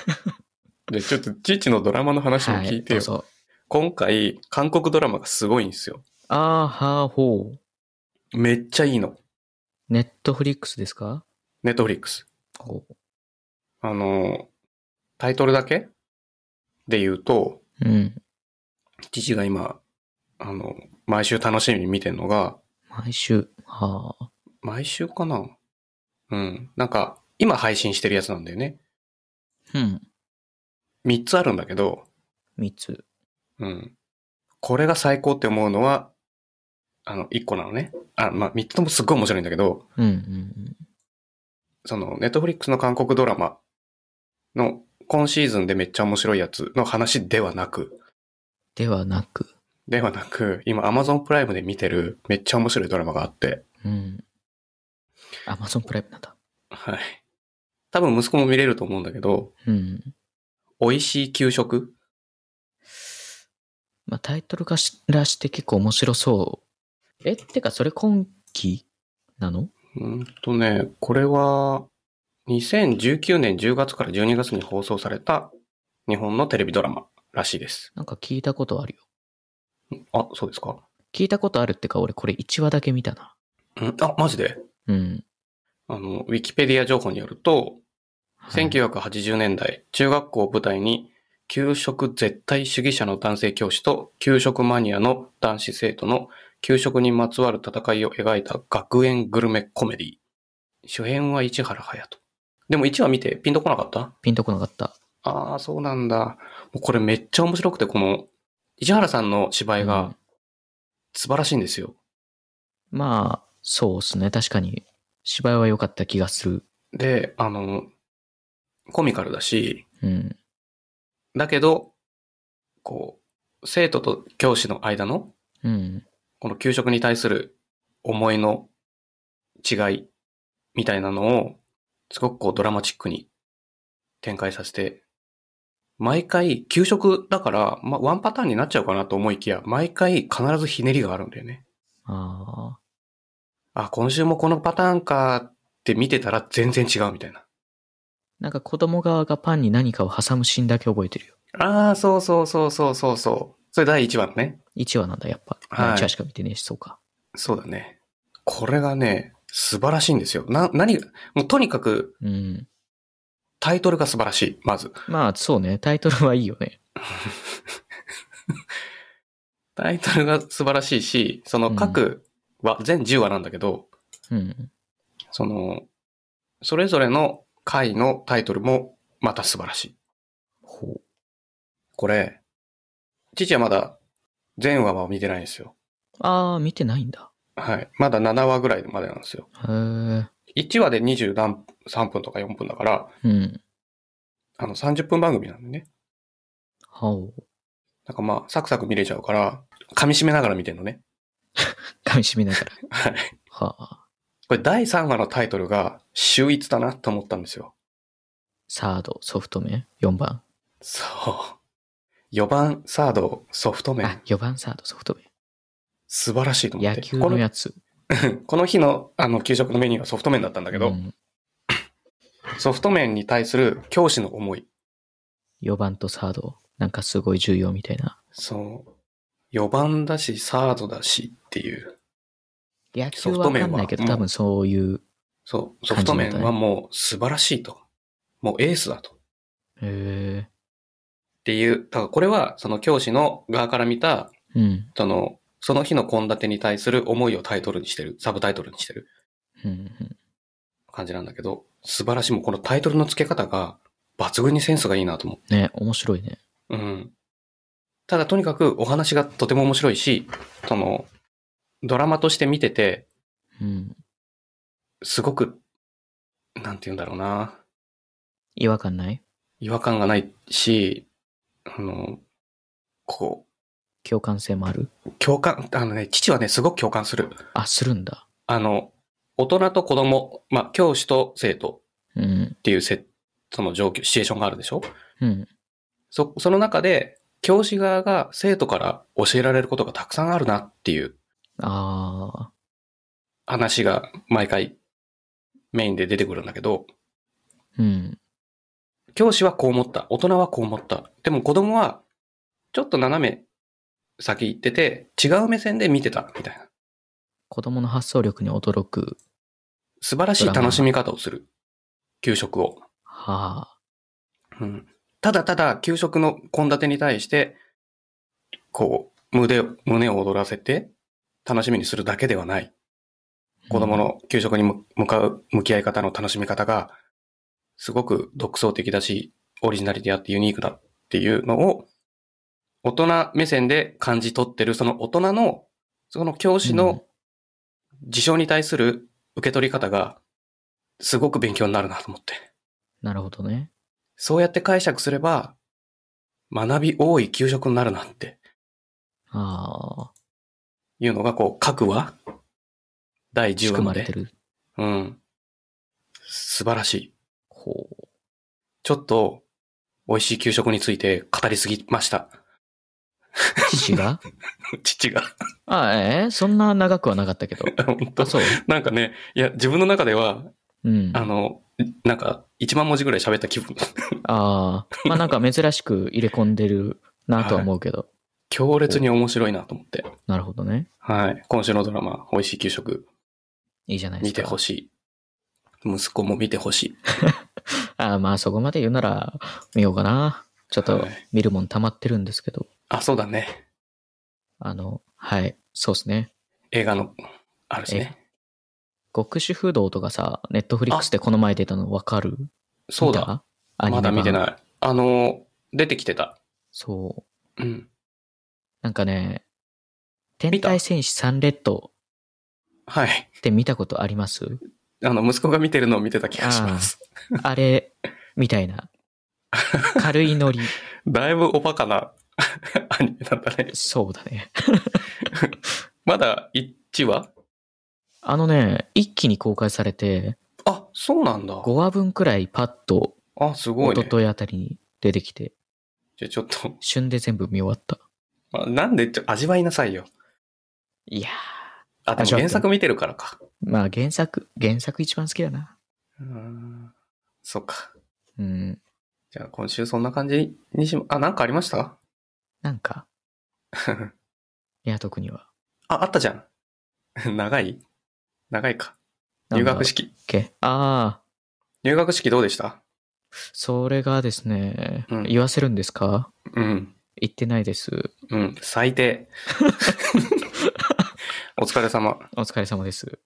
A: で、ちょっと、父のドラマの話も
B: は
A: 聞
B: い、
A: いて
B: ど
A: よ。
B: うぞ。
A: 今回、韓国ドラマがすごいんですよ。
B: あーはーほー。
A: めっちゃいいの。
B: ネットフリックスですか
A: ネットフリックス。
B: ほ
A: あの、タイトルだけで言うと、
B: う。うん。
A: 父が今、あの、毎週楽しみに見てるのが、
B: 毎週、はあ。
A: 毎週かなうん。なんか、今配信してるやつなんだよね。
B: うん。
A: 3つあるんだけど、
B: 三つ。
A: うん。これが最高って思うのは、あの、1個なのね。あ、まあ、3つともすっごい面白いんだけど、
B: うんうん
A: その、ネットフリックスの韓国ドラマの今シーズンでめっちゃ面白いやつの話ではなく、
B: ではなく、
A: ではなく、今 Amazon プライムで見てるめっちゃ面白いドラマがあって、
B: うん。アマゾンプライムなんだ。
A: はい。多分息子も見れると思うんだけど、
B: うん。
A: 美味しい給食
B: まあ、タイトルからして結構面白そう。え、ってか、それ今期なの
A: うんとね、これは、2019年10月から12月に放送された日本のテレビドラマらしいです。
B: なんか聞いたことあるよ。
A: あ、そうですか。
B: 聞いたことあるってか、俺これ1話だけ見たな。
A: うん、あ、マジで
B: うん。
A: あの、ウィキペディア情報によると、
B: はい
A: 1980年代、中学校を舞台に、給食絶対主義者の男性教師と、給食マニアの男子生徒の、給食にまつわる戦いを描いた学園グルメコメディ。主演は市原隼人。でも1話見てピンとこなかった
B: ピンとこなかった。
A: ああ、そうなんだ。もうこれめっちゃ面白くて、この、市原さんの芝居
B: う
A: が
B: ん
A: 素晴らしいんですよ。
B: まあ、そうっすね。確かに、芝居は良かった気がする。
A: で、あの、コミカルだし、
B: うん。
A: だけど、こう、生徒と教師の間の、
B: うん。
A: この給食に対する思いの違いみたいなのを、すごくこうドラマチックに展開させて、毎回、給食だから、まあ、ワンパターンになっちゃうかなと思いきや、毎回必ずひねりがあるんだよね。
B: ああ。
A: あ、今週もこのパターンかって見てたら全然違うみたいな。
B: なんか子供側がパンに何かを挟むシーンだけ覚えてるよ。
A: ああ、そうそうそうそうそうそう。それ第1話のね。
B: 1話なんだ、やっぱ。
A: はい
B: 1話しか見てねえし、そうか。
A: そうだね。これがね、素晴らしいんですよ。な、何が、もうとにかく
B: うん。
A: タイトルが素晴らしい、まず。
B: まあ、そうね。タイトルはいいよね。
A: タイトルが素晴らしいし、その各は全10話なんだけど、
B: うん。
A: その、それぞれの回のタイトルもまた素晴らしい。
B: ほう。
A: これ、父はまだ全話は見てないんですよ。
B: ああ、見てないんだ。
A: はい。まだ7話ぐらいまでなんですよ。
B: へえ。
A: 1話で20何3分とか4分だから、
B: うん。
A: あの30分番組なんでね。
B: はお。
A: なんかまあ、サクサク見れちゃうから、噛み締めながら見てんのね。
B: 噛み締めながら。
A: はい。
B: はあ。
A: これ第3話のタイトルが、秀逸だなと思ったんですよ。
B: サード、ソフト面、4番。
A: そう。4番サードソフト
B: あ
A: 面、、
B: 4番サード、ソフト
A: 素晴らしいと思
B: 面。
A: っ
B: 野
A: て。
B: 球
A: こ
B: の
A: の
B: やつ。
A: この日のあの給食のメニューはソフト麺だったんだけど、
B: うん、
A: ソフト麺に対する教師の思い。
B: 4番とサード、なんかすごい重要みたいな。
A: そう。4番だし、サードだしっていう。
B: 野球
A: ソフ
B: は
A: ト
B: わ
A: 面
B: か
A: は
B: んないけど、
A: もう
B: 多分そういう。
A: そう。ソフト麺はもう素晴らしいと。もうエースだと。
B: へ
A: っていう、だからこれは、その教師の側から見た、
B: え。うん。
A: その、その日の献立に対する思いをタイトルにしてる、サブタイトルにしてる
B: うんうん。
A: 感じなんだけど、素晴らしい。もうこのタイトルの付け方が、抜群にセンスがいいなと思
B: ね、面白いね。
A: う。うん。ただとにかくお話がとても面白いし、その、ドラマとして見てて、
B: うん。
A: すごく、なんて言うんだろうな、
B: 違和感ない
A: 違和感がないし、あの、こ
B: 共感性もある
A: う、共感、あのね、父はね、すごく共感する。
B: あ、するんだ。
A: あの、大人と子供、まあ、教師と生徒
B: うん
A: っ。ていうせ、その状況、シチュエーションがあるでしょ
B: うん。
A: そ、その中で、教師側が生徒から教えられることがたくさんあるなっていう
B: あ
A: 話が毎回メインで出てくるんだけど、
B: ー。うん。
A: 教師はこう思った。大人はこう思った。でも子供は、ちょっと斜め先行ってて、違う目線で見てた、みたいな。
B: 子供の発想力に驚く。
A: 素晴らしい楽しみ方をする。給食を。
B: はあ。
A: うんただただ給食の献立に対して、こう、胸を、胸を躍らせて、楽しみにするだけではない。子供の給食にむ向かう、向き合い方の楽しみ方が、すごく独創的だし、オリジナリティあってユニークだっていうのを、大人目線で感じ取ってる、その大人のその教師の事象に対する受け取り方が、すごく勉強になるなと思って。
B: なるほどね。
A: そうやって解釈すれば、学び多い給食になるなって
B: ああ、
A: いうのが、こう、各話第10
B: 仕
A: 話
B: 組
A: ま
B: まれ
A: で
B: て。る。
A: うん。素晴らしい。
B: ほう。
A: ちょっと、美味しい給食について語りすぎました。
B: 父が
A: 父が。
B: あえーそんな長くはなかったけど。
A: 本
B: あ、
A: 当
B: そう。
A: なんかね、いや、自分の中では、
B: うん。
A: あの、なんか、1万文字ぐらい喋った気分。
B: ああ、まあなんか珍しく入れ込んでるなとは思うけど。
A: 強烈に面白いなと思って。
B: なるほどね。
A: はい。今週のドラマ、美味しい給食、
B: いいじゃないで
A: 見
B: すか。
A: てほしい。息子も見てほしい。
B: ああ、まあそこまで言うなら見ようかな。ちょっと
A: はい
B: 見るもん溜まってるんですけど。
A: あ、そうだね。
B: あの、はい。そうですね。
A: 映画の、あるしね。
B: 極主不動とかさ、ネットフリックスでこの前出たの分かる
A: そうだ。。
B: 見たアニメ
A: まだ見て
B: い。
A: ない。あの、出てきてた。
B: そう。
A: うん。
B: なんかね、
A: た
B: 天体戦士サンレッド
A: はい。
B: って見たことあります
A: あの、息子が見てるのを見てた気がします。
B: あれ、みたいな。軽い ノリ。
A: だいぶおバカな アニメなんだね。
B: そうだね。
A: まだ1話
B: あのね、一気に公開されて、
A: あ、そうなんだ
B: 5。話分くらいパッと、
A: あ、すごい、
B: 一
A: ね。
B: 昨日あたりに出てきて、
A: じゃあちょっと、
B: 旬で全部見終わった。
A: まあなんでちょ味わいなさいよ。
B: いや
A: あ、でも
B: 味わって
A: 原作見てるからか。
B: ー、まあ原作、原作一番好きだな。
A: うーん。そっか。
B: うん、
A: じゃあ今週そんな感じにしま、あ、なんかありました
B: なんか、
A: あ、
B: いや、特には。
A: あったじゃん。 長い長いか。
B: なん
A: 入
B: だ
A: 学式。
B: けああ、
A: 入学式どうでした
B: それがですね、
A: うん
B: 言わせるんですか
A: うん。
B: 言ってないです。
A: うん、最低。お疲れ様。
B: お疲れ様です。